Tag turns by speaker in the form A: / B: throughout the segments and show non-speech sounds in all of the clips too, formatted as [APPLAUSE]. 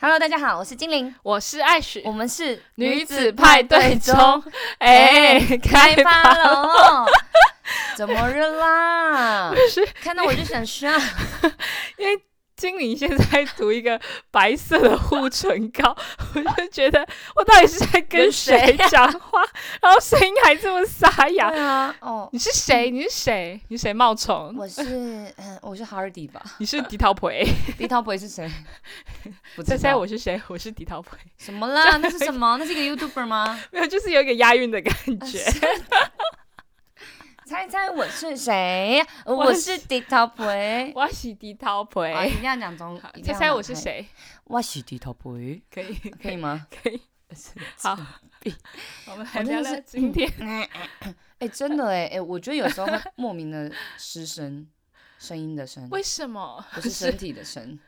A: Hello，大家好，我是精灵，
B: 我是艾许
A: 我，们是
B: 女子派对中，哎、
A: 开
B: 开
A: 发
B: 吧！
A: 了哦，怎么了
B: [LAUGHS]
A: 啦？
B: 是
A: 看到我就想
B: [LAUGHS]
A: 笑，
B: 经理现在涂一个白色的护唇膏， [LAUGHS] 我就觉得我到底是在跟
A: 跟谁
B: 谁讲话， [LAUGHS] 哎然后声音还这么沙哑。
A: 对啊，哦，
B: 你是谁？你是谁？你是谁冒充？
A: 我是嗯，我是 Hardy 吧？
B: 你是迪桃 [LAUGHS] 葵？
A: 迪涛不会是
B: [LAUGHS]
A: 谁？不
B: 猜
A: 知
B: 猜
A: 道
B: 我是谁？我是迪桃葵。
A: 什么啦？那是什么？那是一个 YouTuber 吗？啊
B: 没有，就是有一个押韵的感觉。
A: [LAUGHS] 猜猜我是谁？呃
B: 我
A: 我是迪涛培。
B: [LAUGHS] 我是迪桃
A: 啊，一
B: 葵。
A: 定要讲中
B: 好，
A: 一定
B: 哎猜
A: 要
B: 猜
A: 讲
B: 我是
A: 台？
B: 谁？
A: 我是迪涛培，
B: 可以，
A: 可以吗？
B: 可 [LAUGHS] 以。好，
A: [LAUGHS]
B: 我们来
A: 我真
B: 聊
A: 的
B: 聊
A: 是
B: 今天。
A: 哎、真的 [LAUGHS] 哎、哎、我觉得有时候会 [LAUGHS] 莫名的失声，声音的声，
B: 为什么？ [LAUGHS]
A: 不是身体的 [LAUGHS] 声。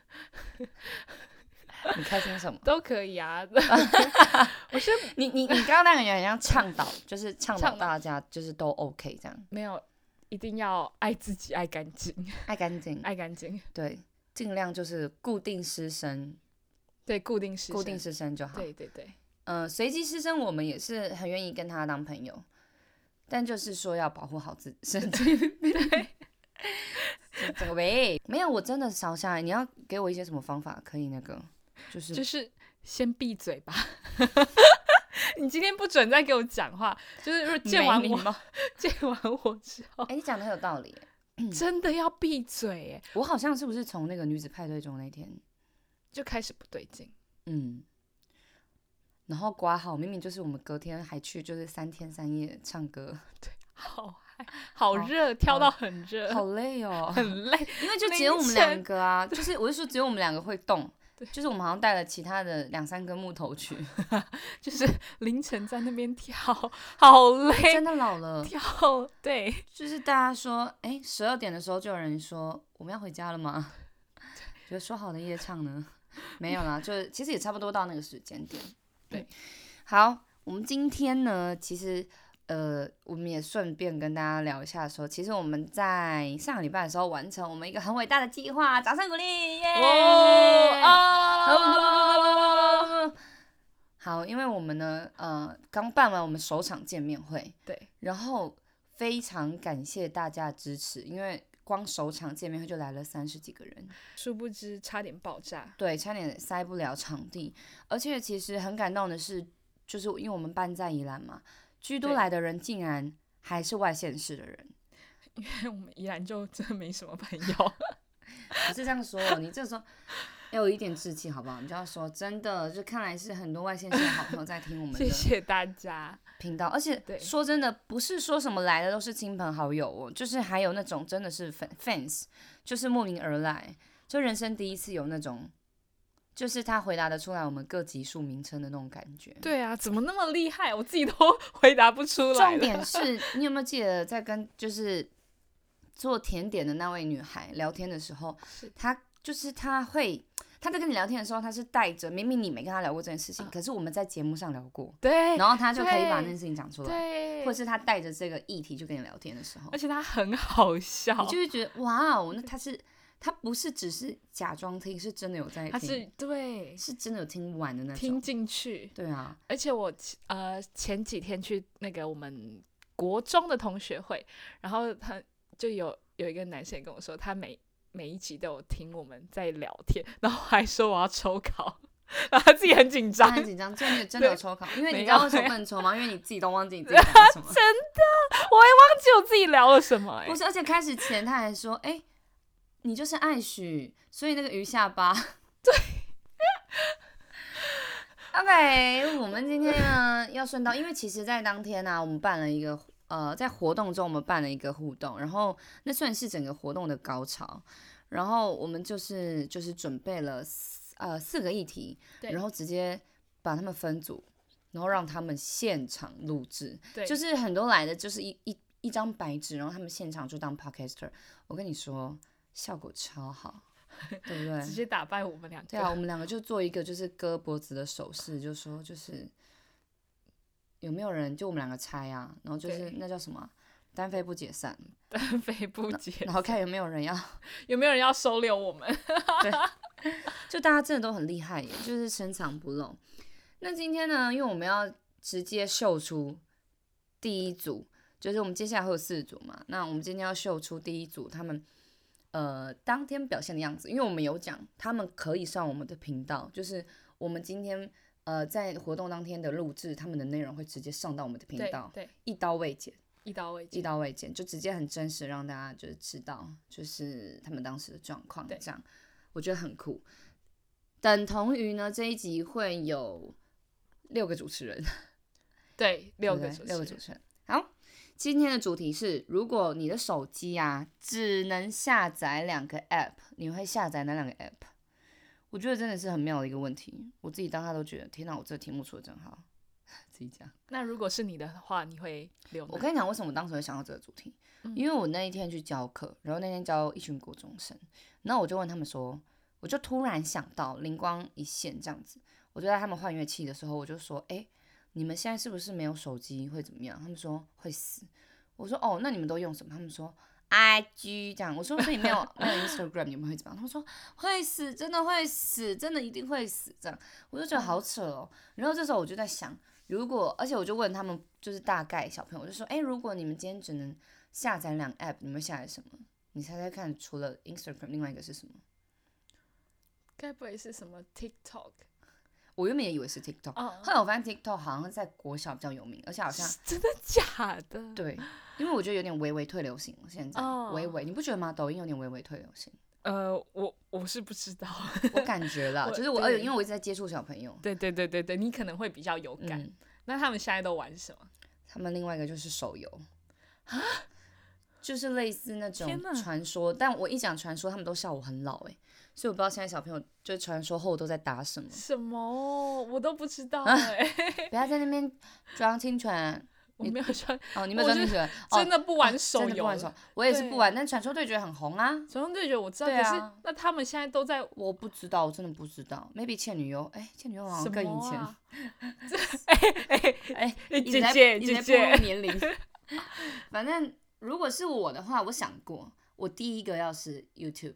A: 你开心什么？
B: 都可以啊。 [LAUGHS] 我是
A: 你你你刚刚那个人很像倡导，就是倡导
B: 倡导
A: 大家就是都 OK 这样，
B: 没有，一定要爱自己，爱干净， [LAUGHS]
A: 爱干净，
B: 爱干净。
A: 对，尽量就是固定失声，
B: 对，固定式，
A: 固定，失声就好。
B: 对对对，
A: 嗯、随机失声我们也是很愿意跟他当朋友，但就是说要保护好自己身 [LAUGHS] 体。对，这个喂，没有，我真的少下来。你要给我一些什么方法可以那个，就是
B: 就是先闭嘴吧。 [LAUGHS] 你今天不准再给我讲话，就是如果见完
A: 没礼
B: 我， [LAUGHS] 见完我之后，
A: 哎、你讲的很有道理耶。
B: 真的要闭嘴耶，
A: 我好像是不是从那个女子派对中那天，
B: 就开始不对劲。
A: 嗯，然后挂号，明明就是我们隔天还去，就是三天三夜唱歌，
B: 好嗨，好热，跳到很热，
A: 好累 [LAUGHS] 哦。
B: 很累。 [LAUGHS]
A: 因为就只有我们
B: 凌
A: 两
B: 晨
A: 个啊，就是我是说只有我们两个会动，就是我们好像带了其他的两三根木头 [LAUGHS] 去，
B: 就是凌晨在那边跳，好累
A: 真，的老了。
B: 跳对，
A: 哎就是大家说，哎，十二点的时候就有人说我们要回家了吗？ [LAUGHS] 觉得说好的夜唱呢？没有啦，就是其实也差不多到那个时间点。嗯
B: 对，
A: 好，我们今天呢，其实呃，我们也顺便跟大家聊一下说，其实我们在上个礼拜的时候完成我们一个很伟大的计划，掌声鼓励，耶！
B: 哦，
A: 好，因为我们呢，呃，刚办完我们首场见面会，
B: 对，
A: 然后非常感谢大家的支持，因为光首场见面会就来了三十几个人，
B: 殊不知差点爆炸。
A: 对，差点塞不了场地。而且其实很感动的是，就是因为我们办在宜兰嘛，居多
B: 对
A: 来的人竟然还是外县市的人，
B: 我们依然就真的没什么朋友，
A: 不是这样说哦，你这时候要有一点志气好不好？你就要说真的，就看来是很多外县市的好朋友在听我们的
B: 谢谢大家。
A: 频道，而且
B: 对
A: 说真的，不是说什么来的都是亲朋好友哦，就是还有那种真的是 fan- fans，就是慕名而来，就人生第一次有那种，就是他回答得出来我们各集数名称的那种感觉。
B: 对啊，怎么那么厉害？我自己都回答不出来
A: 重
B: 了。
A: 点是
B: [LAUGHS]
A: 你有没有记得在跟就是做甜点的那位女孩聊天的时候
B: 是，
A: 她就是她会。她在跟你聊天的时候，她是带着明明你没跟她聊过这件事情，
B: 嗯
A: 可是我们在节目上聊过，
B: 对
A: 然后她就可以把
B: 对
A: 那件事情讲出来。
B: 对，
A: 或是他带着这个议题去跟你聊天的时候
B: 而，且他很好笑
A: 你，就会觉得哇哦，那他是他不是只是假装听，是真的有在听，
B: 他是对
A: 是真的有听完的那
B: 听
A: 种。
B: 进去。
A: 对
B: [LAUGHS]
A: 啊，
B: 而且我呃前几天去那个我们国中的同学会，然后他就有有一个男生也跟我说，他每每一集都有听我们在聊天，然后还说我要抽考，然后他自己很紧
A: 他
B: 张，
A: 很紧张，真的有真的有
B: 对
A: 抽考，因为你
B: 没
A: 知道
B: 有
A: 为什么
B: 没
A: 不能抽吗？因为你自己都忘记
B: [LAUGHS]
A: 你自己讲了什么。
B: 忘记我自己聊了什么、欸
A: 不，是，而且开始前他还说，哎、你就是爱许，所以那个鱼下巴。对。OK，我们今天呢要顺道，因为其实，在当天啊呢、我们办了一个呃，在活动中我们办了一个互动，然后那算是整个活动的高潮。然后我们就是就是准备了四呃四个议题，
B: 对
A: 然后直接把他们分组，然后让他们现场录制。
B: 欸对，
A: 就是是很多来的就是一一一张白纸，然后他们现场就当 podcaster。我跟你说，效果超
B: [LAUGHS]
A: 好，对不
B: 直
A: 对？
B: 接打败我们两个。
A: 对啊，我们两个就做一个就是割脖子的手势，就说就是有没有人就我们两个猜啊，然后就是
B: 对
A: 那叫什么啊单飞不解散，
B: [LAUGHS] 单飞不解
A: 然，后看有没有人要
B: 有没有人要收留我们？
A: 就大家真的都很厉害耶，就是深藏不露。那今天呢，因为我们要直接秀出第一组，就是我们接下来会有四组嘛，那我们今天要秀出第一组他们呃当天表现的样子，因为我们有讲他们可以上我们的频道，就是我们今天呃在活动当天的录制，他们的内容会直接上到我们的频
B: 对
A: 道，
B: 对，
A: 一刀未剪。
B: 一刀未
A: 一
B: 剪。
A: 刀未剪，就直接很真实让大家就是知道，就是他们当时的状况
B: 对
A: 这样，我觉得很酷。等同于呢这一集会有六个主持人，
B: 对，六
A: 对
B: 个
A: 不
B: 主
A: 对
B: 持
A: 六个
B: 人
A: 主持人。好，今天的主题是：如果你的手机啊只能下载两个 App，你会下载哪两个 App？我觉得真的是很妙的一个问题，我自己当下都觉得，天哪，我这个题目出的真好，自己讲。
B: 那如果是你的话，你会留
A: 我
B: 哪？
A: 跟你讲，为什么我当时会想到这个主题？因为我那一天去教课，然后那天教一群国中生，然后我就问他们说，我就突然想到灵光一现这样子，我就在他们换乐器的时候，我就说，哎、你们现在是不是没有手机会怎么样？他们说会死。我说哦，那你们都用什么？他们说 I G 这样。我说所以没有没有 Instagram，你们会怎么样？他们说会死，真的会死，真的一定会死这样。我就觉得好扯哦。然后这时候我就在想，如果而且我就问他们，就是大概小朋友，我就说，哎，如果你们今天只能下载两个 app，你们会下载什么？你猜猜看，除了 Instagram，另外一个是什么？
B: 该不会是什么 TikTok？
A: 我原本也以为是 TikTok，
B: 哦， [LAUGHS]
A: 后来我发现 TikTok 好像在国小比较有名，而且好像
B: 真的假的？
A: 对，因为我觉得有点微微退流行了。现在、
B: 哦
A: 微微，你不觉得吗？抖音有点微微退流行，
B: 呃，我我是不知道。 [LAUGHS]
A: 我感觉啦，
B: 我
A: 就是我，
B: 对
A: 呃因为我一直在接触小朋友，
B: 对对对对对，你可能会比较有感。
A: 嗯，
B: 那他们现在都玩什么？
A: 他们另外一个就是手游啊就是类似那种
B: 天哪，
A: 传说，但我一讲传说，他们都笑我很老哎、所以我不知道现在小朋友就是传说后都在打什么
B: 什么？我都不
A: [LAUGHS]
B: 知道哎、
A: 不要在那边装清纯
B: 我没有说，
A: 哦，你们
B: 我
A: 装清纯哦
B: 真，的不玩手
A: 真的
B: 游
A: 不
B: 了。
A: 玩手，我也是不
B: 对
A: 玩，但传说对决很红啊，
B: 手游对决我知道，
A: 对
B: 可是
A: 啊
B: 那他们现在都在
A: 我不知道，我真的不知道，maybe 倩女幽，哎、倩女幽好像
B: 什么
A: 更以前。
B: 啊？哎哎
A: 哎
B: [LAUGHS] 哎，
A: 一直
B: 姐
A: 在
B: 姐
A: 一直
B: 姐
A: 在步入
B: 姐，
A: 年龄。 [LAUGHS] 反正如果是我的话，我想过，我第一个要是 YouTube，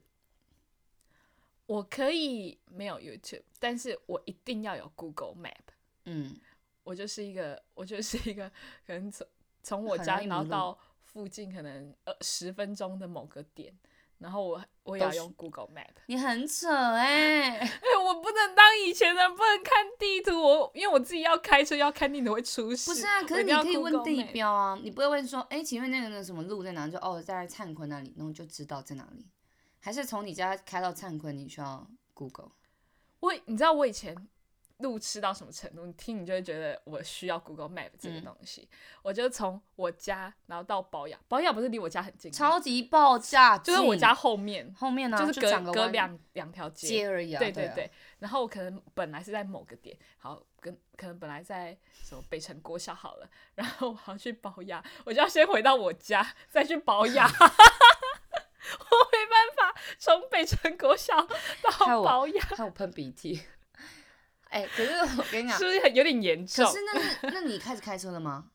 B: 我可以没有 YouTube，但是我一定要有 Google Map。
A: 嗯，
B: 我就是一个， [LAUGHS] 我就是一个，可能从从我
A: 很
B: 家
A: 容易
B: 然后
A: 迷路
B: 到附近可能呃十分钟的某个点，然后我我也
A: 都
B: 要
A: 是
B: 用 Google Map。
A: 你很扯哎、 [LAUGHS]
B: 哎、 [LAUGHS] 我不能当以前人，不能看地图，我因为我自己要开车要看地图会出事。
A: 不是啊，可是
B: 我一
A: 你
B: 定要
A: 可以问
B: Google
A: 地
B: Map。
A: 标啊，你不会问说，哎、请问那个那个什么路在哪？就哦，在灿坤那里，然后就知道在哪里。还是从你家开到灿坤，你需要 Google。
B: 我你知道我以前路痴到什么程度？你听你就会觉得我需要 Google Map 这个
A: 嗯
B: 东西。我就从我家然后到保养，保养不是离我家很近吗，
A: 超级爆炸，
B: 就是我
A: 近
B: 家后面，
A: 后面呢、啊，
B: 就是
A: 转
B: 隔
A: 个
B: 隔
A: 弯
B: 两两条街。
A: 街而已啊。
B: 对
A: 对
B: 对
A: 啊
B: 对，然后我可能本来是在某个点，好跟可能本来在什么北城国小好了，然后我要去保养，我就要先回到我家， [LAUGHS] 再去保养。我没办法从北城国小
A: 害
B: 到
A: 我
B: 保养，
A: 还有喷鼻涕。哎、可是我跟你讲
B: 是，不是很有点严重
A: 可？是那是那你开始开车了吗？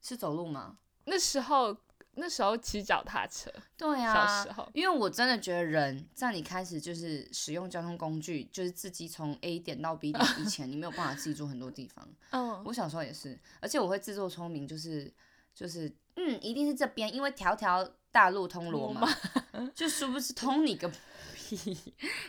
A: 是走路吗？
B: 那时候那时候骑脚踏车，
A: 对
B: 小
A: 啊
B: 时，候
A: 因为我真的觉得人在你开始就是使用交通工具，就是自己从 A 点到 B 点以前，你没有办法记住很多地
B: [LAUGHS]
A: 方。
B: 嗯，
A: 我小时候也是，而且我会自作聪明，就是就是嗯，一定是这边，因为条条大路通罗马， [LAUGHS] 就殊不知通你个屁，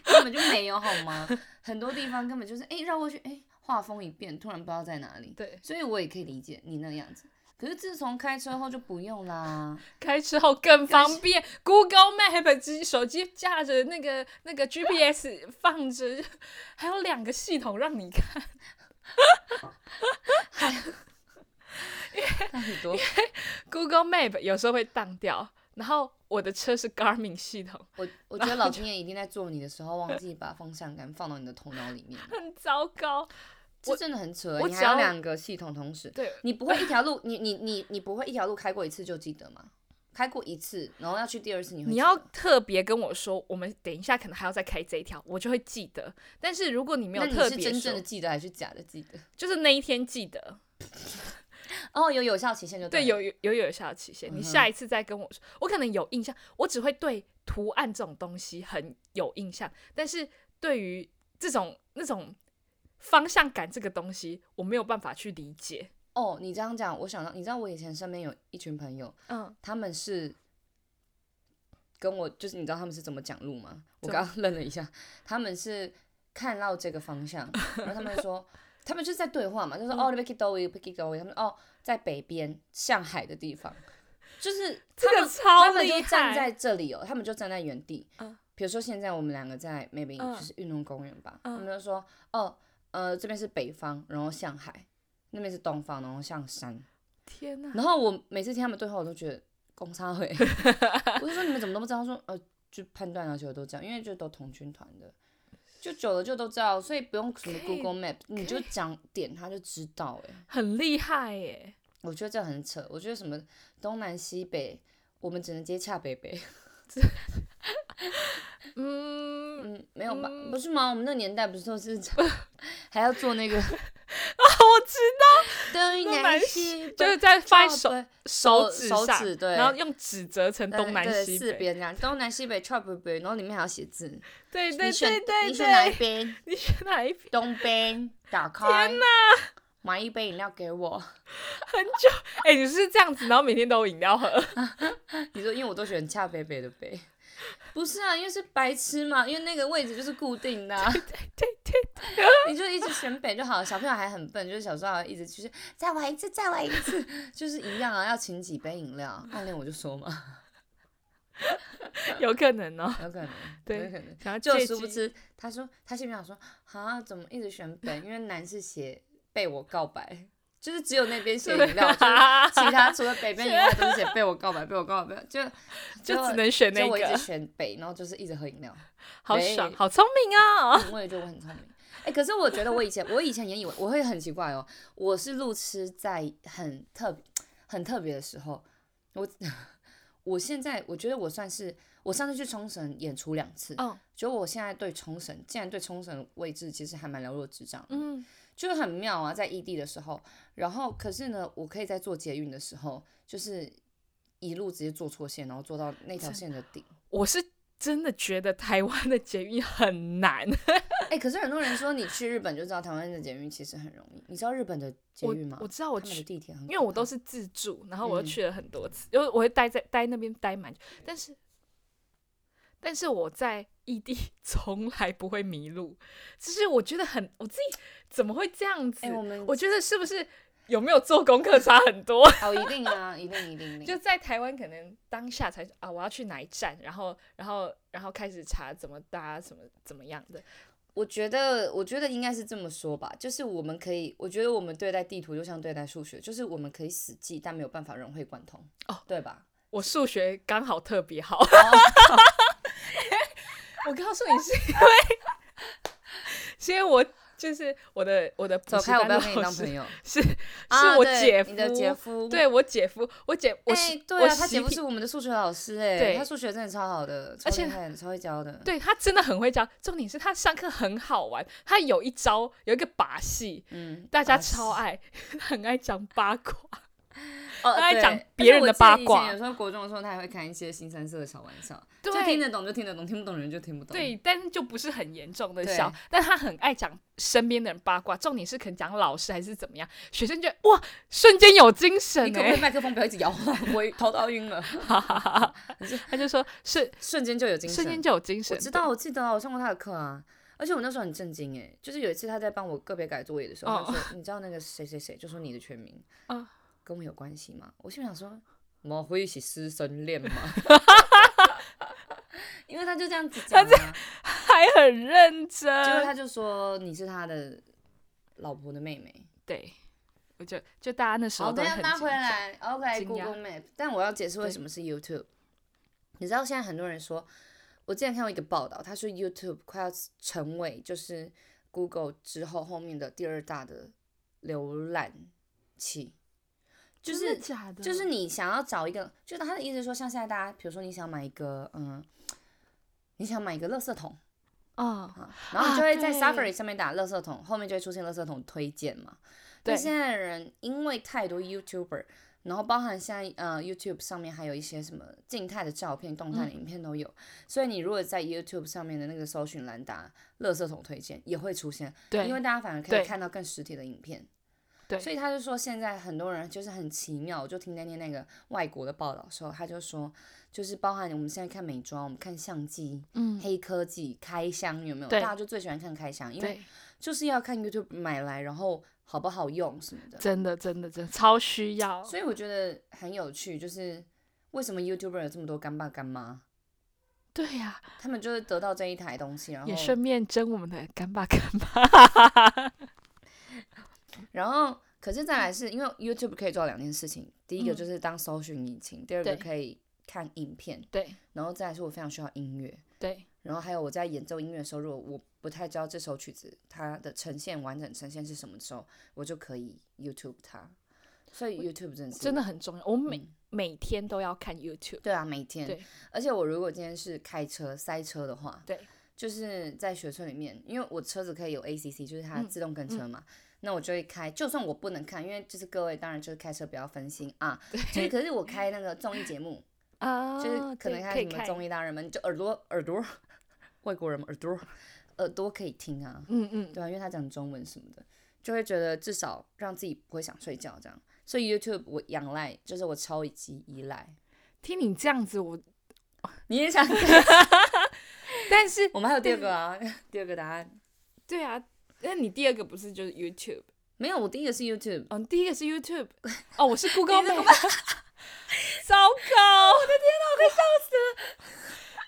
A: 根本就没有好
B: [LAUGHS]
A: 吗？很多地方根本就是哎绕、过去，哎、画风一变，突然不知道在哪里。
B: 对，
A: 所以我也可以理解你那个样子。可是自从开车后就不用
B: [LAUGHS]
A: 啦，
B: 开车后更方便，Google Map 机手机架着那个那个 GPS 放着，还有两个系统让你看。
A: 很多。
B: Google Map 有时候会当掉，然后我的车是 Garmin 系统， [LAUGHS]
A: 我我觉得老天爷一定在做你的时候忘记把方向感放到你的头脑里面，
B: 很糟糕。
A: 这真的很扯。欸
B: 我
A: 你
B: 只
A: 还
B: 要
A: 有两个系统同时，
B: 对，
A: 你不会一条路，你你你你不会一条路开过一次就记得吗？开过一次，然后要去第二次你会
B: 你
A: 记
B: 要
A: 得
B: 特别跟我说，我们等一下可能还要再开这一条，我就会记得。但是如果你没有
A: 那
B: 特
A: 你是
B: 别
A: 真正的
B: 说，
A: 记得还是假的记得？
B: 就是那一天记得，
A: 哦，有有效期限就
B: 对，
A: 了
B: 有有有有效期限，
A: 嗯
B: 你
A: 哼
B: 下一次再跟我说，我可能有印象，我只会对图案这种东西很有印象，但是对于这种那种方向感这个东西，我没有办法去理解。
A: 哦，你这样讲，我想到，你知道我以前身边有一群朋友，
B: 嗯，
A: 他们是跟我，就是你知道他们是怎么讲路吗？我
B: 怎
A: 刚刚愣了一下，他们是看到这个方向，然后他们就说， [LAUGHS] 他们就是在对话嘛，就说、
B: 嗯
A: 哦，你 pick it away, pick it away，他们说哦，在北边向海的地方，就是
B: 这
A: 他们
B: 个超
A: 他们就
B: 厉
A: 站在
B: 害。
A: 这里哦，他们就站在原地。
B: 嗯
A: 比如说现在我们两个在 maybe
B: 嗯
A: 就是运动公园吧，
B: 嗯
A: 他们就说哦，呃，这边是北方，然后向海；那边是东方，然后向山。
B: 天哪！
A: 然后我每次听他们对话，我都觉得公差
B: [LAUGHS]
A: 会。我就说你们怎么都不知道？他说呃，就判断而且我都这样，因为就都同军团的，就久了就都知道，所以不用什么
B: 可以
A: Google Map，你
B: 可
A: 就
B: 以
A: 讲点他就知道、欸。
B: 很厉害耶！
A: 我觉得这很扯。我觉得什么东南西北，我们只能接洽北北。
B: [LAUGHS] 嗯，
A: 嗯，没有吧？不是吗？我们那个年代不是都是这
B: [LAUGHS]
A: 样还要做那个
B: 啊我知
A: 东南西
B: 就
A: 北，
B: 是在放在
A: 靠
B: 手
A: 北
B: 手指
A: 手
B: 上，
A: 指对
B: 然后用指折成东南
A: 呃对
B: 西
A: 四
B: 北，
A: 边这样，东南西北 t r o p 北，然后里面还要写字。
B: 对对
A: 你选
B: 对对
A: 你选哪一
B: 对， [LAUGHS]
A: 边？
B: 你选哪一边？
A: 东边，打开。天哪！买一杯饮料给我。 [LAUGHS]
B: 很久，哎、你是这样子，然后每天都有饮料喝，
A: 你说，因为我都选恰北北的北。 [LAUGHS] 不是啊，因为是白痴嘛，因为那个位置就是固定的、啊。对对对， [LAUGHS] 你就一直选北就好了。小朋友还很笨，就是小时候还一直就是再玩一次，再玩一次， [LAUGHS] 就是一样啊，要请几杯饮料。暗恋我就说嘛，
B: 有可能哦。
A: 有可能，
B: 对
A: 有可能。
B: 想要
A: 就
B: 借
A: 殊不
B: 机
A: 知，他说他心里想说，啊，怎么一直选北？因为男是写被我告白，就是只有那边写饮料，就是其他除了北边以外都是写被我告白，被我告白，就
B: [LAUGHS]
A: 结
B: 就
A: 果
B: 只能选
A: 结
B: 那
A: 果我一直
B: 个，
A: 选北，然后就是一直喝饮料。
B: 好
A: 对
B: 爽，好聪明啊！
A: 嗯我也觉得我很聪明。哎、可是我觉得我以前，我以前也以为我会很奇怪哦。我是路痴在很特别、很特别的时候，我我现在我觉得我算是，我上次去冲绳演出两次，
B: 哦，
A: 结果我现在对冲绳，竟然对冲绳的位置其实还蛮了若指掌的，
B: 嗯，
A: 就是很妙啊，在异地的时候。然后可是呢，我可以在坐捷运的时候，就是一路直接坐错线，然后坐到那条线的顶。
B: 我是真的觉得台湾的捷运很难，
A: 哎、可是很多人说你去日本就知道台湾的捷运其实很容易。你知道日本的捷
B: 我
A: 运吗？
B: 我知道我
A: 他们
B: 去
A: 的地铁很可怕，
B: 因为我都是自助，然后我又
A: 嗯
B: 去了很多次，因为我会待在待那边待蛮久，但是但是我在异地 [LAUGHS] 从来不会迷路，就是我觉得很我自己怎么会这样子？
A: 哎、我们
B: 我觉得是不是有没有做功课差很多？ [LAUGHS]
A: 哦，一定啊，一定一定一定，
B: 就在台湾可能当下才啊，我要去哪一站，然后然后然后开始查怎么搭，怎么怎么样的。
A: 我觉得，我觉得应该是这么说吧，就是我们可以，我觉得我们对待地图就像对待数学，就是我们可以死记，但没有办法融会贯通，
B: 哦，
A: 对吧？
B: 我数学刚好特
A: [LAUGHS]
B: 别好，
A: 哦
B: [LAUGHS] 我告诉你是
A: [LAUGHS]
B: 因为， [LAUGHS] 是因为我就是我的我的
A: 走开，我不要跟你当
B: 友，
A: 朋友，
B: [LAUGHS] 是
A: 啊
B: 是我
A: 对
B: 姐夫，
A: 你的姐夫，
B: [LAUGHS] 对我姐夫，我姐我
A: 哎、
B: 习
A: 对
B: 我
A: 啊，他
B: 习
A: 姐夫
B: 题
A: 是我们的数学老师、哎，
B: 对
A: 他数学真的超好的，超
B: 而且
A: 厉害的，超会教的，
B: 对他真的很会教，重点是他上课很好玩，他有一招有一个把戏，
A: 嗯，
B: 大家
A: 啊
B: 超爱， [LAUGHS] 他很爱讲八卦。
A: 哦，
B: 他在
A: 对
B: 讲
A: 而且
B: 别人
A: 我
B: 的
A: 记得
B: 八
A: 以前
B: 卦
A: 有时候国中的时候，他还会开一些新三色的小玩笑，就
B: 对
A: 听得懂就听得懂，听不懂人就听不懂。
B: 对，但是就不是很严重的
A: 对
B: 笑，但他很爱讲身边的人八卦，重点是可能讲老师还是怎么样，学生就哇，瞬间有精
A: 你
B: 神
A: 可不
B: 哎、
A: 可以麦克风不要一直摇晃，我头都要晕了， [LAUGHS]
B: 他就说是
A: 瞬间就有精神。
B: 瞬间就有精神，
A: 我知道，我记得啊，我上过他的课啊。而且我那时候很震惊哎，就是有一次他在帮我个别改作业的时候，
B: 哦
A: 他说：“你知道那个谁谁谁，就说你的全
B: [LAUGHS]
A: 名，
B: 嗯
A: 跟我有关系吗？”我心里想说：“我们会一起师生恋吗？” [LAUGHS] 因为他就这样子讲、啊，
B: [LAUGHS] 还很认
A: 结果
B: 真，
A: 他就说你是他的老婆的妹妹。
B: 对，我就就大家那时候
A: 好，
B: 都
A: 等一
B: 很
A: 下
B: 紧
A: 拉
B: 张
A: 啊回来
B: 惊讶
A: ，OK，Google、Map。但我要解释为
B: 对
A: 什么是 YouTube。你知道现在很多人说，我之前看过一个报道，他说 YouTube 快要成为就是 Google 之后后面的第二大的浏览器，就
B: 真的
A: 是
B: 假的，
A: 就是你想要找一个，就是他的意思是说，像现在大家，比如说你想买一个，嗯，你想买一个垃圾桶。
B: 啊、
A: 啊然后你
B: 啊
A: 就会在
B: 对
A: Safari 上面打垃圾桶，后面就会出现垃圾桶推荐嘛。但
B: 对
A: 现在的人因为太多 YouTuber，然后包含现在呃 YouTube 上面还有一些什么静态的照片、动
B: 嗯
A: 态的影片都有，所以你如果在 YouTube 上面的那个搜寻栏打“垃圾桶推荐”也会出现，
B: 对，
A: 因为大家反而可以
B: 对
A: 看到更实体的影片。
B: 对
A: 所以他就说现在很多人就是很奇妙，我就听那天那个外国的报道的时候，他就说就是包含我们现在看美妆，我们看相机、
B: 嗯，
A: 黑科技、开箱有没有？大
B: 对
A: 家就最喜欢看开箱，因为
B: 对，
A: 就是要看 YouTube 买来然后好不好用什么的。
B: 真的真的真的超需要，
A: 所以我觉得很有趣，就是为什么 YouTuber 有这么多干爸干妈？
B: 对呀、
A: 他们就是得到这一台东西，然后
B: 也顺便争我们的干爸干妈，
A: 然后，可是再来是因为 YouTube 可以做两件事情，第一个
B: 嗯
A: 就是当搜寻引擎，第二个
B: 对
A: 可以看影片，
B: 对
A: 然后再来是我非常需要音乐，
B: 对，
A: 然后还有我在演奏音乐的时候，如果我不太知道这首曲子它的呈现完整呈现是什么的时候，我就可以 YouTube 它，所以 YouTube 真的是
B: 真的很重要，我每、
A: 嗯
B: 每天都要看 YouTube，
A: 对啊，每天
B: 对，
A: 而且我如果今天是开车塞车的话，
B: 对，
A: 就是在学村里面，因为我车子可以有 ACC，就是它
B: 嗯
A: 自动跟车嘛。那我就会开，就算我不能看，因为就是各位当然就是开车不要分心
B: [LAUGHS]
A: 啊。就是可是我开那个综艺节目，
B: 啊
A: 就是可能
B: 对
A: 开
B: 可
A: 什
B: 以
A: 么
B: 看，
A: 综艺达人们，就耳朵耳朵， [LAUGHS] 外国人嘛耳朵耳朵可以听啊，
B: 嗯嗯，
A: 对啊，因为他讲中文什么的，就会觉得至少让自己不会想睡觉这样。所以 YouTube 我仰赖，就是我超级依赖。
B: 听你这样子我，
A: 你也想看？ [LAUGHS]
B: 但是
A: 我们还有第二个啊， [LAUGHS] 第二个答案
B: 对啊，那你第二个不是就是 YouTube？
A: 没有，我第一个是 YouTube，
B: 嗯、第一个是 YouTube，哦，我是
A: [LAUGHS]
B: Google
A: 你是
B: Map，糟糕！我的天哪，我快笑死了。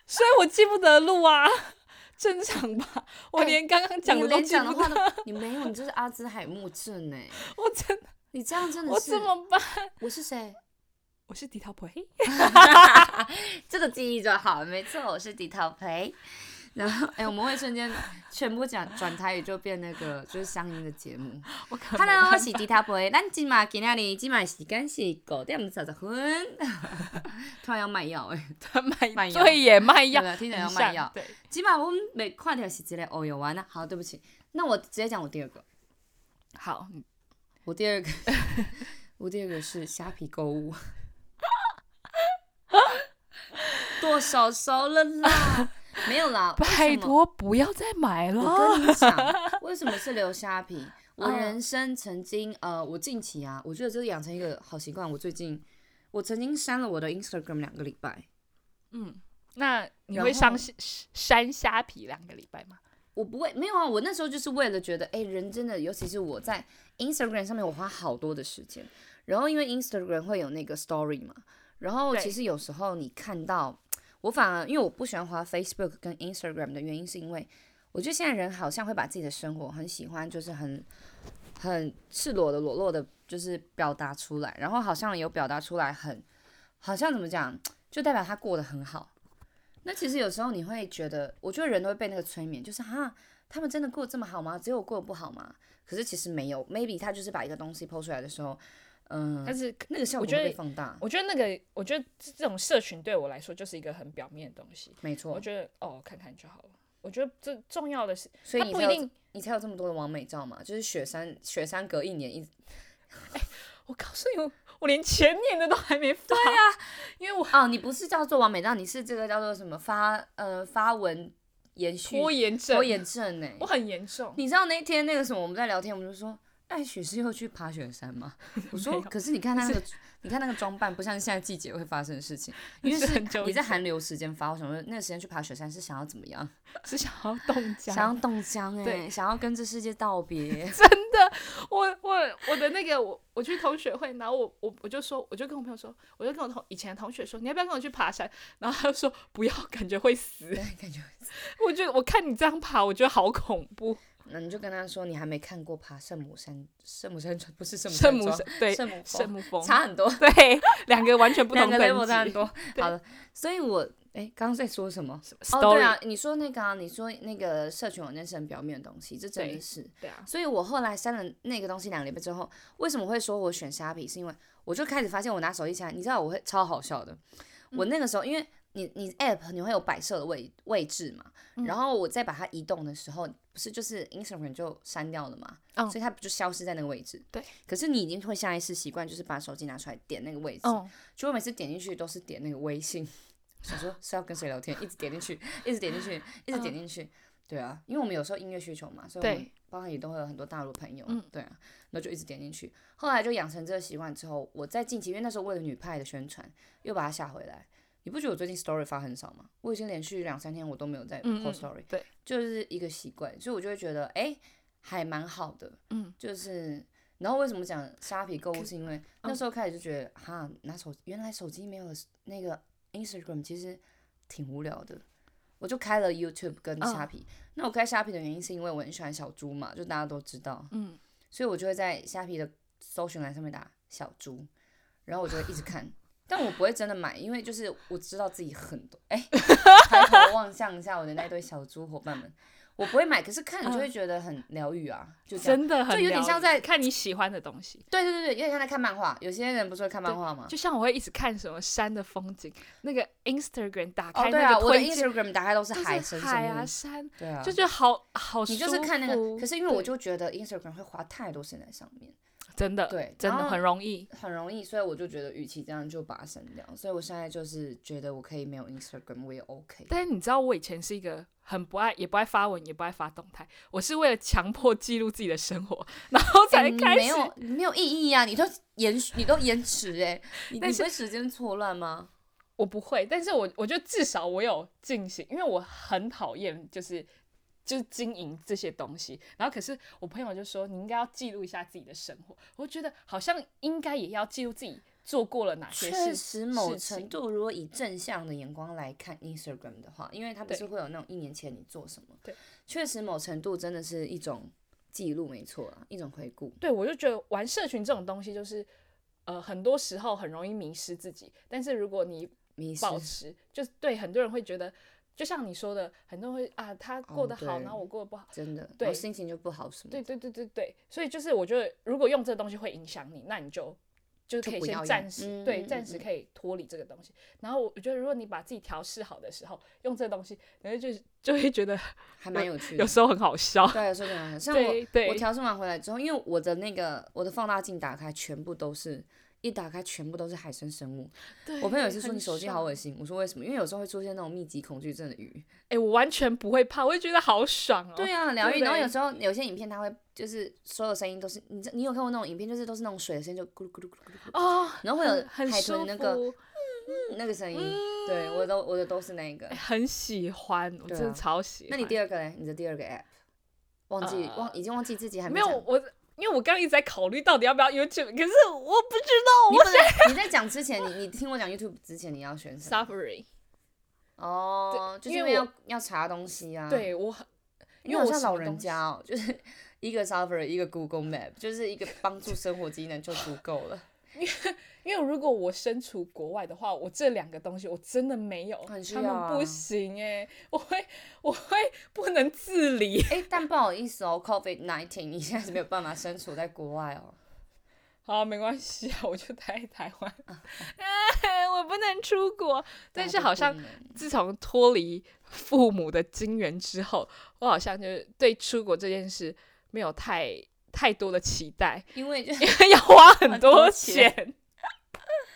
B: 所以我记不得路啊， [LAUGHS] 正常吧？我
A: 哎
B: 连刚刚讲
A: 你
B: 的都
A: 连
B: 记
A: 讲
B: 不
A: 的
B: 得，
A: 话都，你没有，你就是阿兹海默症哎，
B: 我真的，
A: 你这样真的
B: 我
A: 是
B: 怎么办？
A: 我是谁？
B: 我是迪涛婆黑，
A: 这个记忆就好，没错，我是迪涛培。然后，哎、我们会瞬间全部讲转台语，就变那个 [LAUGHS] 就是乡音的节目。
B: 我可能
A: Hello，我是迪涛培，咱今嘛今天哩今晚时间是九点三十分。 [LAUGHS] 突然要卖药哎，卖
B: 卖
A: 药
B: [LAUGHS] 对耶，卖
A: 对
B: 药，
A: 啊，听起来要
B: 很
A: 卖
B: 像
A: 药。
B: 对，
A: 今晚我们没看到是一个哦哟完了。好，对不起，那我直接讲我第二个。
B: 好，你
A: 我第 [LAUGHS] 二个，我第二个是虾皮购物， [LAUGHS] 剁手手了啦，没有啦，为
B: 拜
A: 什么？
B: 托不要再买
A: 我
B: 了。
A: 跟你讲，为什么是留虾皮？我
B: 嗯
A: 人生曾经，呃，我近期啊，我觉得这是养成一个好习惯。我最近，我曾经删了我的 Instagram 两个礼拜，
B: 嗯，那你
A: 然
B: 会上
A: 后
B: 虾山虾皮两个礼拜吗？
A: 我不会，没有啊，我那时候就是为了觉得，哎、人真的，尤其是我在 Instagram 上面，我花好多的时间。然后因为 Instagram 会有那个 Story 嘛，然后
B: 对
A: 其实有时候你看到，我反而因为我不喜欢滑 Facebook 跟 Instagram 的原因，是因为我觉得现在人好像会把自己的生活很喜欢，就是很很赤裸的、裸露的，就是表达出来，然后好像有表达出来很，好像怎么讲，就代表他过得很好。那其实有时候你会觉得，我觉得人都会被那个催眠，就是哈，他们真的过得这么好吗？只有我过得不好吗？可是其实没有，maybe 他就是把一个东西抛出来的时候，嗯、
B: 但是
A: 那个效果
B: 我觉
A: 会
B: 得
A: 被放大，
B: 我觉得那个，我觉得这种社群对我来说就是一个很表面的东西。
A: 没
B: 我
A: 错。
B: 觉得哦，看看就好了。我觉得最重要的是，
A: 所以
B: 它
A: 你
B: 不
A: 才
B: 一
A: 有
B: 定。
A: 你才有这么多的完美照嘛，就是雪山雪山隔一年一
B: 我 [LAUGHS] 告诉你，我我连前年的都还没发。对啊，因为我
A: 哦，你不是叫做完美照，你是这个叫做什么发呃发文延续
B: 拖延症，
A: 拖延症呢、欸
B: [LAUGHS] 我很严重。
A: 你知道那天那个什么我们在聊天，我们就说。哎，许是又去爬雪山
B: [LAUGHS]
A: 吗？我说，可是你看他那个，你看那个装扮，不像现在季节会发生的事情，因为
B: 是
A: 是
B: 很久
A: 你
B: 以
A: 在寒流时间发。我想说，那个时间去爬雪山是想要怎么样？
B: 是想要
A: [LAUGHS]
B: 冻僵。
A: 想要冻僵哎、
B: 啊对
A: 想要跟这世界道
B: [LAUGHS]
A: 别。
B: 我我我的那个我我去同学会，然后我我我就说，我就跟我朋友说，我就跟我同以前的同学说，你要不要跟我去爬山？然后他就说不要，感觉会死。 [LAUGHS]
A: 对，感觉
B: 我觉得我看你这样爬，我觉得好恐怖。
A: 那你就跟他说，你还没看过爬圣母山，圣母山庄不是圣母山
B: 圣母
A: 庄
B: 山对
A: 圣母
B: 圣
A: 峰
B: 母峰
A: 差很多， [LAUGHS]
B: 对，两个完全不
A: 两
B: 同
A: 个 level 差
B: 等
A: 很
B: 级。
A: 多。
B: 对
A: 好了，所以我哎，刚刚在说什么？哦，
B: Story，
A: 对啊，你说那个啊，你说那个社群网站是很表面的东西，这真的
B: 对
A: 是。
B: 对啊，
A: 所以我后来删了那个东西两个礼拜之后，为什么会说我
B: 嗯
A: 选虾皮？是因为我就开始发现我拿手机起来，你知道我会超好笑的。我那个时候因为你你 app 你会有摆设的位位置嘛，
B: 嗯
A: 然后我再把它移动的时候，不是就是 Instagram 就删掉了嘛，
B: 嗯
A: 所以它不就消失在那个位置？
B: 对。
A: 可是你已经会下意识习惯，就是把手机拿出来点那个位置，
B: 嗯，
A: 就我每次点进去都是点那个微信， [LAUGHS] 想说是要跟谁聊天，一直点进去，一直点进去，一
B: 嗯
A: 直点进去。对啊，因为我们有时候音乐需求嘛，所以我们
B: 对
A: 包含也都会有很多大陆朋友，
B: 嗯
A: 对啊，那就一直点进去。后来就养成这个习惯之后，我在近期，因为那时候为了女派的宣传，又把它下回来。你不觉得我最近 story 发很少吗？我已经连续两三天我都没有在
B: 嗯嗯
A: post story，、
B: 对，
A: 就是一个习惯，所以我就会觉得，哎、还蛮好的，
B: 嗯，
A: 就是，然后为什么讲虾皮购物，
B: 可嗯
A: 是因为那时候开始就觉得，哈，拿手原来手机没有那个 Instagram，其实挺无聊的。我就开了 YouTube 跟
B: 嗯
A: 虾皮。那我开虾皮的原因是因为我很喜欢小猪嘛，就大家都知道，
B: 嗯，
A: 所以我就会在虾皮的搜寻栏上面打小猪，然后我就会一直看，但我不会真的买，因为就是我知道自己很多，哎、抬头望向一下我的那对小猪伙伴们，我不会买，可是看你就会觉得很疗愈啊，就这样。
B: 嗯真的很
A: 就有点
B: 疗
A: 像
B: 愈
A: 在
B: 看你喜欢的东西，
A: 对对对对，有点像在看漫画。有些人不是会看漫画吗？
B: 就像我会一直看什么山的风景，那个 Instagram 打
A: 哦，
B: 开
A: 对
B: 那
A: 啊，
B: 个
A: 我的
B: 推荐。
A: Instagram 打开都是
B: 就是
A: 海神
B: 海
A: 神
B: 啊
A: 物，
B: 山，
A: 对啊，
B: 就觉得好好舒
A: 你
B: 服。
A: 就是看那个，可是因为我
B: 对
A: 就觉得 Instagram 会花太多时间在上面，
B: 真的
A: 对
B: 真
A: 然
B: 的
A: 后
B: 很容易。
A: 很容易，所以我就觉得，与其这样，就把它删掉。所以我现在就是觉得我可以没有 Instagram，我也 [LAUGHS] OK。
B: 但是你知道，我以前是一个很不爱，也不爱发文，也不爱发动态。我是为了强迫记录自己的生活，然后才
A: 哎你
B: 开
A: 没
B: 始。
A: 有你没有意义啊！你都延你都延迟哎、你
B: 但
A: 你
B: 是
A: 不会时间错乱吗？
B: 我不会，但是我我觉得至少我有进行，因为我很讨厌就是就是经营这些东西。然后可是我朋友就说你应该要记录一下自己的生活，我就觉得好像应该也要记录自己做过了哪些
A: 确
B: 事。
A: 实，某
B: 事
A: 程
B: 情
A: 度如果以正向的眼光来看 Instagram 的话，因为它不
B: 对
A: 是会有那种一年前你做什么，
B: 对，
A: 确实某程度真的是一种记录，没错啊，一种回顾。
B: 对，我就觉得玩社群这种东西就是。呃，很多时候很容易迷失自己，但是如果你
A: 迷失，
B: 保持，就是对很多人会觉得，就像你说的，很多人会啊，他过得好，
A: 哦对
B: 然后我过得不好，
A: 真的，
B: 对
A: 我心情就不好什么
B: 对
A: 的。
B: 对对对对，所以就是我觉得，如果用这东西会影响你，那你就就
A: 就
B: 可以
A: 不要
B: 先
A: 用
B: 暂时、
A: 嗯
B: 对
A: 嗯
B: 暂
A: 嗯
B: 时
A: 嗯
B: 可以脱离这个东西。然后我我觉得，如果你把自己调试好的时候，用这东西，然后就就会觉得
A: 还蛮有趣的
B: 有。时候很好笑。
A: 对，有时候蛮好像我
B: 对对
A: 我调整完回来之后，因为我的那个我的放大镜打开，全部都是一打开全部都是海生生物。
B: 对，
A: [LAUGHS] 我朋友也是说
B: 很
A: 你手机
B: 爽
A: 好恶。心，我说为什么？因为有时候会出现那种密集恐惧症的鱼。
B: 哎、我完全不会怕，我就觉得好爽哦。
A: 对啊，疗愈。
B: 对
A: 然后有时候有些影片它会就是所有声音都是你知你有看过那种影片，就是都是那种水的声音，就咕噜咕噜咕噜咕噜咕噜，
B: 哦，
A: 然后会有
B: 很
A: 海豚
B: 舒
A: 那个
B: 服，
A: 嗯那个声音。对，我都我的都是那个
B: 哎。很喜欢，我
A: 对
B: 真的
A: 啊
B: 超喜欢。
A: 那你第二个嘞？你的第二个 app 忘记
B: 呃
A: 忘已经忘记自己还
B: 没
A: 讲
B: 有我，因为我刚刚一直在考虑到底要不要 YouTube，可是我不知道
A: [LAUGHS] 你
B: 我
A: 不能你在讲之前，你你听我讲 YouTube 之前你要选什么？
B: suffering。
A: 哦，
B: 对
A: 就是
B: 因
A: 因
B: 为
A: 为要要查东西啊。，
B: 对我很，
A: 因
B: 因
A: 为
B: 为
A: 我
B: 我
A: 像
B: 什么
A: 老人
B: 东西
A: 家哦，就是 [LAUGHS] 一个 Safari，一个 Google Map，就是一个帮助生活技能就足够了，
B: 因为如果我身处国外的话，我这两个东西我真的没有，
A: 很需
B: 他
A: 要啊
B: 们不行哎、我会我会不能自理， [LAUGHS]
A: 哎、但不好意思哦，COVID nineteen，你现在是没有办法身处在国外 [LAUGHS] 哦。
B: 好，没关系啊，我就待在台 [LAUGHS] 湾，哎我不能出国，但是好像
A: 大家都
B: 自从脱离父母的金援之后，我好像就是对出国这件事没有太太多的期待， [LAUGHS]
A: 不能，因为就
B: 因为要花很
A: 很多
B: 多
A: 钱
B: 钱。
A: [LAUGHS]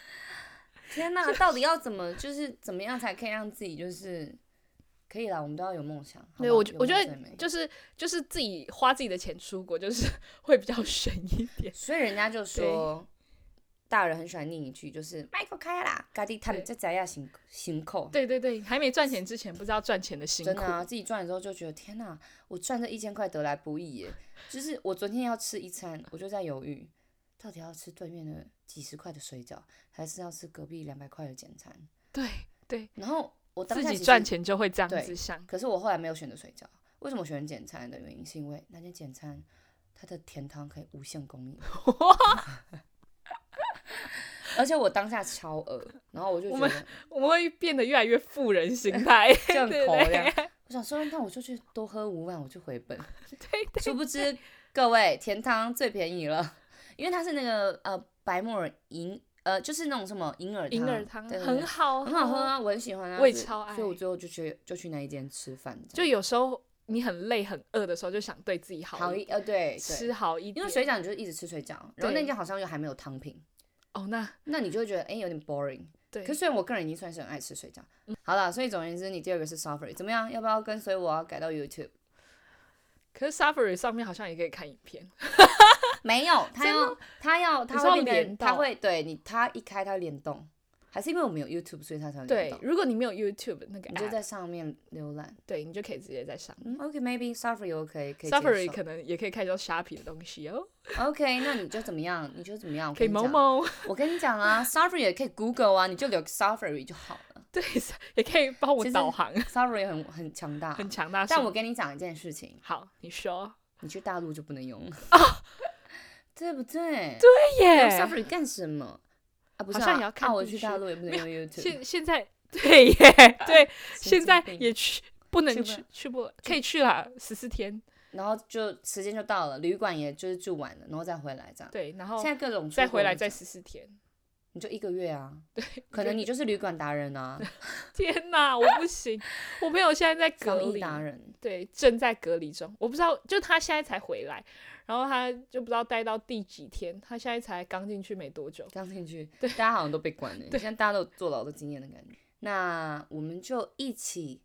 A: 天哪，到底要怎么就是怎么样才可以让自己就是可以啦？我们都要有梦想。
B: 对，
A: 好吗
B: 我觉
A: 有
B: 我觉
A: 梦
B: 得
A: 最美
B: 就是就是自己花自己的钱出国，就是 [LAUGHS] 会比较省一点。
A: 所以人家就说，大人很喜欢念一句，就是迈克开啊啦，家己他们
B: 对
A: 在家要辛辛苦。
B: 对对对，还没赚钱之前不知道赚钱的辛
A: 真
B: 苦。
A: 的啊，自己赚的时候就觉得天哪，我赚这一千块得来不易
B: [LAUGHS]
A: 耶！就是我昨天要吃一餐，我就在犹豫，到底要吃对面的几十块的水饺，还是要吃隔壁两百块的简餐？
B: 对对，
A: 然后我当
B: 自
A: 下
B: 己
A: 其实
B: 赚，钱就会这样
A: 对
B: 子想。
A: 可是我后来没有选择水饺。为什么我选简餐的原因是因为那间简餐它的甜汤可以无限供
B: [LAUGHS]
A: 应， [LAUGHS] 而且我当下超饿，然后我就
B: 我
A: 觉
B: 们
A: 得
B: 我们会变得越来越富人心
A: [LAUGHS]
B: 态，
A: 这样
B: [LAUGHS] 对
A: 口
B: 对
A: 这样。 [LAUGHS] 我想说，那我就去多喝五碗，我就回
B: [LAUGHS]
A: 本。殊不知各位，甜汤最便宜了，因为它是那个呃白木耳银呃，就是那种什么银耳
B: 银耳
A: 汤
B: 汤
A: 对对
B: 很
A: 对
B: 好，
A: 很好喝。啊，我很喜欢啊，
B: 我也
A: 所以
B: 超爱
A: 所以我最后就去就去那一间吃饭，
B: 就有时候你很累很饿的时候，就想对自己好
A: 好
B: 一
A: 一呃对对，
B: 吃好一点，
A: 因为水饺你就是一直吃水饺，然后那
B: 对
A: 间好像又还没有汤品，
B: 哦那
A: 那你就会觉得哎、诶有点 boring。
B: 对嗯
A: 可，虽然我个人已经算是很爱吃水饺，好了，所以总而言之，你第二个是 suffer，怎么样？要不要跟随我啊改到 YouTube？
B: 可是 Safari 上面好像也可以看影片，
A: 没有，他
B: 真的
A: 要他要他
B: 你是要
A: 会变成
B: 联
A: 他
B: 动
A: 会对你他一开他会联动，还是因为我们有 YouTube，所以他才会联
B: 对
A: 动，。
B: 如果你没有 YouTube 那个
A: 你就
B: app，
A: 在上面浏览，
B: 对你就可以直接在上面。
A: 嗯，OK，maybe、suffer OK 可以接
B: Safari
A: 受
B: 可能也可以看到虾皮的东西哦，
A: OK，那你就怎么样？你就怎么样？我
B: 可以
A: 跟你
B: 某
A: 讲，
B: [LAUGHS] 某，
A: 我跟你讲啊，Safari 也可以 Google 啊，你就留 Safari 就好了。
B: 对，也可以帮我
A: 其实
B: 导
A: [LAUGHS]
B: 航，
A: Safari 很很强大，
B: 很强大。
A: 但我跟你讲一件事情，
B: 好，你说，
A: 你去大陆就不能
B: [LAUGHS]
A: 用啊，对不对？
B: 对
A: 用 Safari 干什么？啊，不是、啊，
B: 好像也要看
A: 啊，我
B: 地
A: 去
B: 区
A: 大陆也不能用 YouTube，
B: 现现在对耶，对，
A: 神
B: 现
A: 经
B: 在
A: 病
B: 也去不
A: 去
B: 能
A: 不
B: 去
A: 了，
B: 去不了可以去啦，十四天。
A: 然后就时间就到了，旅馆也就是住晚了，然后再回来这样。
B: 对，然后
A: 现在各种出
B: 再
A: 国
B: 回来
A: 旅
B: 再
A: 行
B: 十四天。
A: 你就一个月啊，
B: [LAUGHS] 对，
A: 可能
B: 你
A: 你就是旅馆达人啊，
B: 天哪，我不行，我朋友现在在
A: 防
B: 隔
A: 疫
B: 离，
A: 达人。
B: 对，正在隔离中。我不知道，就他现在才回来，然后他就不知道待到第几天，他现在才刚进去没多久。
A: 刚进去，大家好像都被关了，
B: 对
A: 现在大家都有坐牢的经验的感觉。那我们就一起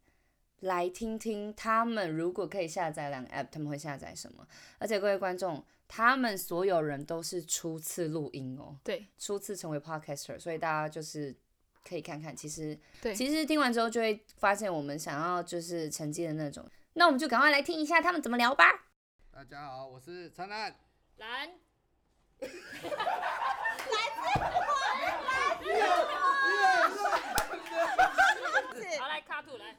A: 来听听他们如果可以下载两个 app，他们会下载什么？而且各位观众，他们所有人都是初次录音哦，
B: 对，
A: 初次成为 podcaster，所以大家就是。可以看看，其实
B: 对
A: 其实听完之后就会发现我们想要就是沉浸的那种。那我们就赶快来听一下他们怎么聊吧。
C: 大家好，我是灿烂。
B: 蓝，好来卡土来，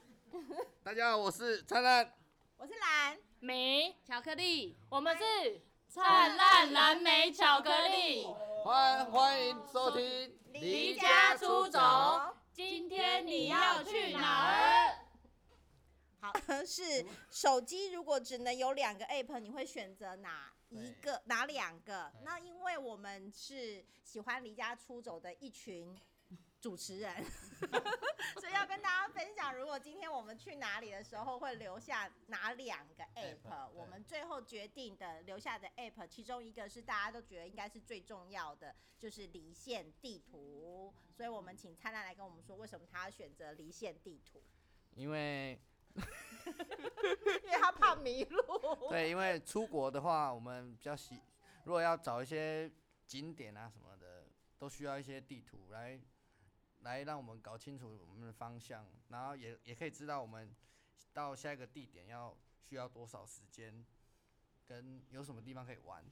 C: 大家好，我是灿烂。
D: 我是蓝，
B: 梅，
D: 巧克力，
B: 我们是灿烂蓝莓巧克力。
C: 欢欢迎收听《
D: 离家出走。
B: 今天你
D: 要去哪
B: 儿？
D: 好， [LAUGHS] 是手机如果只能有两个 app，你会选择哪一个？哪两个？那因为我们是喜欢离家出走的一群主持人， [LAUGHS] 所以要跟大家分享，如果今天我们去哪里的时候，会留下哪两个 app？
C: 对
D: 我们最后决定的留下的 app，其中一个是大家都觉得应该是最重要的，就是离线地图。所以我们请灿烂来跟我们说，为什么他要选择离线地图？
C: 因为
D: 因为他怕迷路。
C: 对，因为出国的话，我们比较喜，如果要找一些景点啊什么的，都需要一些地图来来让我们搞清楚我们的方向，然后也也可以知道我们到下一个地点要需要多少时间，跟有什么地方可以玩。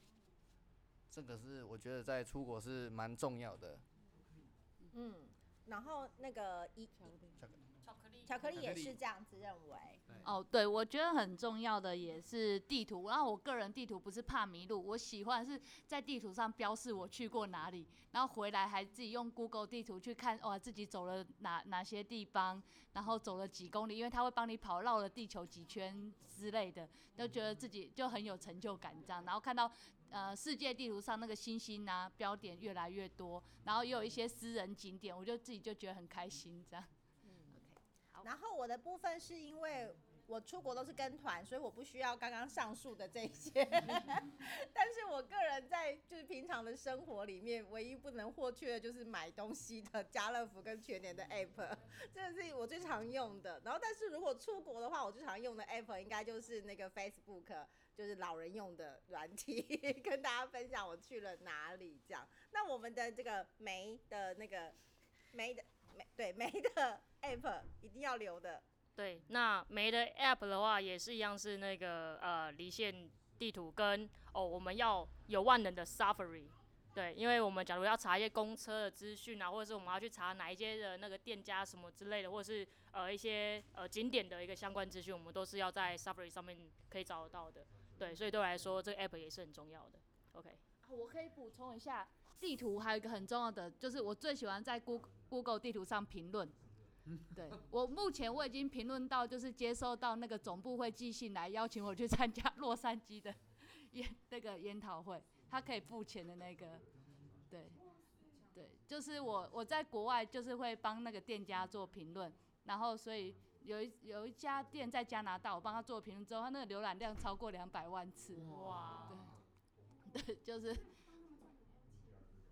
C: 这个是我觉得在出国是蛮重要的。
D: 嗯，然后那个一巧克力
C: 巧克
D: 也
C: 力
D: 是这样子认为。
E: 哦，对，我觉得很重要的也是地图。然后我个人地图不是怕迷路，我喜欢是在地图上标示我去过哪里，然后回来还自己用 Google 地图去看，哇，自己走了哪哪些地方，然后走了几公里，因为它会帮你跑绕了地球几圈之类的，都觉得自己就很有成就感这样。然后看到。呃，世界地图上那个星星啊，标点越来越多，然后也有一些私人景点，我就自己就觉得很开心，这样。
D: 然后我的部分是因为我出国都是跟团，所以我不需要刚刚上述的这一些。但是我个人在就是平常的生活里面，唯一不能或缺的就是买东西的家乐福跟全年的 app，这是我最常用的。然后，但是如果出国的话，我最常用的 app 应该就是那个 Facebook，就是老人用的软体， [LAUGHS] 跟大家分享我去了哪里这样。那我们的这个梅的那个梅的梅对梅的 app 一定要留的。
F: 对，那没的 App 的话，也是一样是那个呃离线地图跟哦，我们要有万能的 Safari。对，因为我们假如要查一些公车的资讯啊，或者是我们要去查哪一些的那个店家什么之类的，或者是呃一些呃景点的一个相关资讯，我们都是要在 Safari 上面可以找得到的。对，所以对我来说，这个 App 也是很重要的。OK。
E: 啊我可以补充一下，地图还有一个很重要的，就是我最喜欢在 Google Google 地图上评论。 [LAUGHS] 对我目前我已经评论到，就是接收到那个总部会寄信来邀请我去参加洛杉矶的 [LAUGHS] 研那个研讨会，他可以付钱的那个，对对，就是我我在国外就是会帮那个店家做评论，然后所以有一有一家店在加拿大，我帮他做评论之后，他那个浏览量超过两百万次，
F: 哇，
E: [LAUGHS] 对，就是。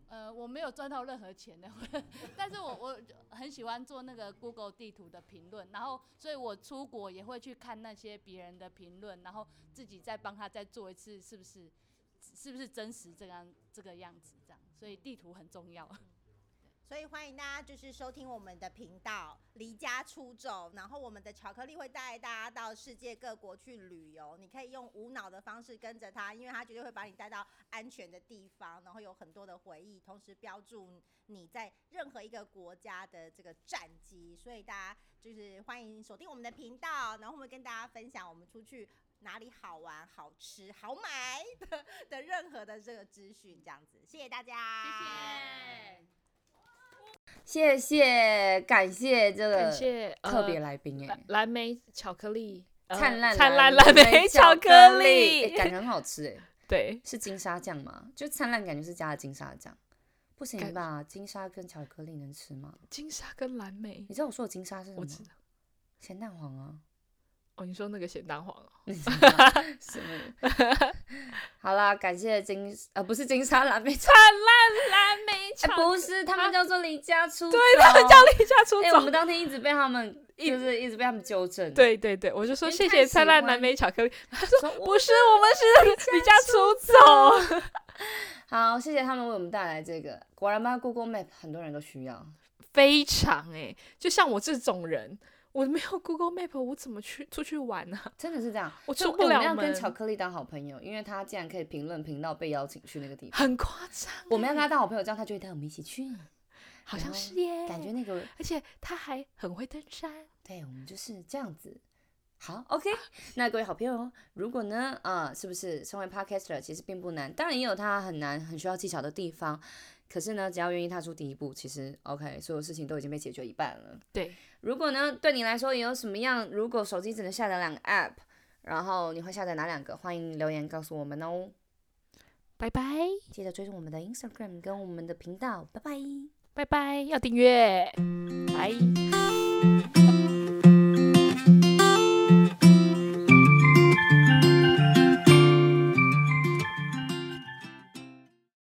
E: 呃，我没有赚到任何钱的， [LAUGHS] 但是我我很喜欢做那个 Google 地图的评论，然后所以我出国也会去看那些别人的评论，然后自己再帮他再做一次，是不是是不是真实这样这个样子这样？所以地图很重要。
D: 所以欢迎大家就是收听我们的频道《离家出走》，然后我们的巧克力会带大家到世界各国去旅游。你可以用无脑的方式跟着他，因为他绝对会把你带到安全的地方，然后有很多的回忆，同时标注你在任何一个国家的这个战绩。所以大家就是欢迎锁定我们的频道，然后我们跟大家分享我们出去。哪里好玩、好吃、好买的的任何的这个资讯，这样子，谢谢大家，
A: 谢谢，感谢这个
B: 感谢
A: 特别
B: 呃
A: 来宾哎、
B: 蓝蓝莓巧克力，呃
A: 灿烂
B: 灿烂
A: 蓝
B: 蓝莓巧
A: 克
B: 力
A: 哎，感觉很好吃哎、
B: [LAUGHS] 对，
A: 是金沙酱吗？就灿烂感觉是加了金沙酱，不行
B: 感
A: 吧？金沙跟巧克力能吃吗？
B: 金沙跟蓝莓
A: 你，知道我说的金沙是什
B: 我
A: 么？
B: 知道。
A: 咸蛋黄啊。
B: 哦，你说那个咸蛋黄哦，
A: 你知道什么？ [LAUGHS] 好啦，感谢金呃不是金沙
B: [LAUGHS]
A: 蓝莓草，
B: 蓝莓
A: 哎、不是，他们叫做离家出走。
B: 对，他们叫离家出
A: 哎、我们
B: 走。
A: 当天一直被他们
B: [LAUGHS] 一
A: 就是一直被他们纠正。，
B: 对对对，我就说
A: 你
B: 谢
A: 太
B: 谢
A: 喜
B: 灿烂
A: 欢
B: 蓝莓巧克力，他
A: 说
B: 说不是，我们是离家哦出走。
A: 好，谢谢他们为我们带来这个。果然吧，Google Map 很多人都需要。
B: 非常哎、就像我这种人，我没有 Google Map，我怎么去出去玩呢、啊？ [LAUGHS]
A: 真的是这样，
B: 我
A: 就
B: 出不
A: 哎
B: 了
A: 我们要
B: 门
A: 跟巧克力当好朋友，因为他竟然可以评论评到被邀请去那个地
B: [LAUGHS]
A: 方。
B: 很夸张欸、
A: 我们要跟他当好朋友，这样他就会带我们一起去。
B: 好
A: 然
B: 像
A: 后
B: 是耶，
A: 感觉，那个，
B: 而且他还很会登山。
A: 对我们就是这样子。好，OK，那 [LAUGHS] 各位好朋友，哦如果呢，啊、是不是身为 podcaster 其实并不难，当然也有它很难、很需要技巧的地方，可是呢，只要愿意踏出第一步，其实 OK，所有事情都已经被解决一半了。
B: 对，
A: 如果呢，对你来说也有什么样？如果手机只能下载两个 App，然后你会下载哪两个？欢迎留言告诉我们哦。
B: 拜拜
A: 记得追踪我们的 Instagram 跟我们的频道，拜拜。
B: 拜拜，要订阅，拜。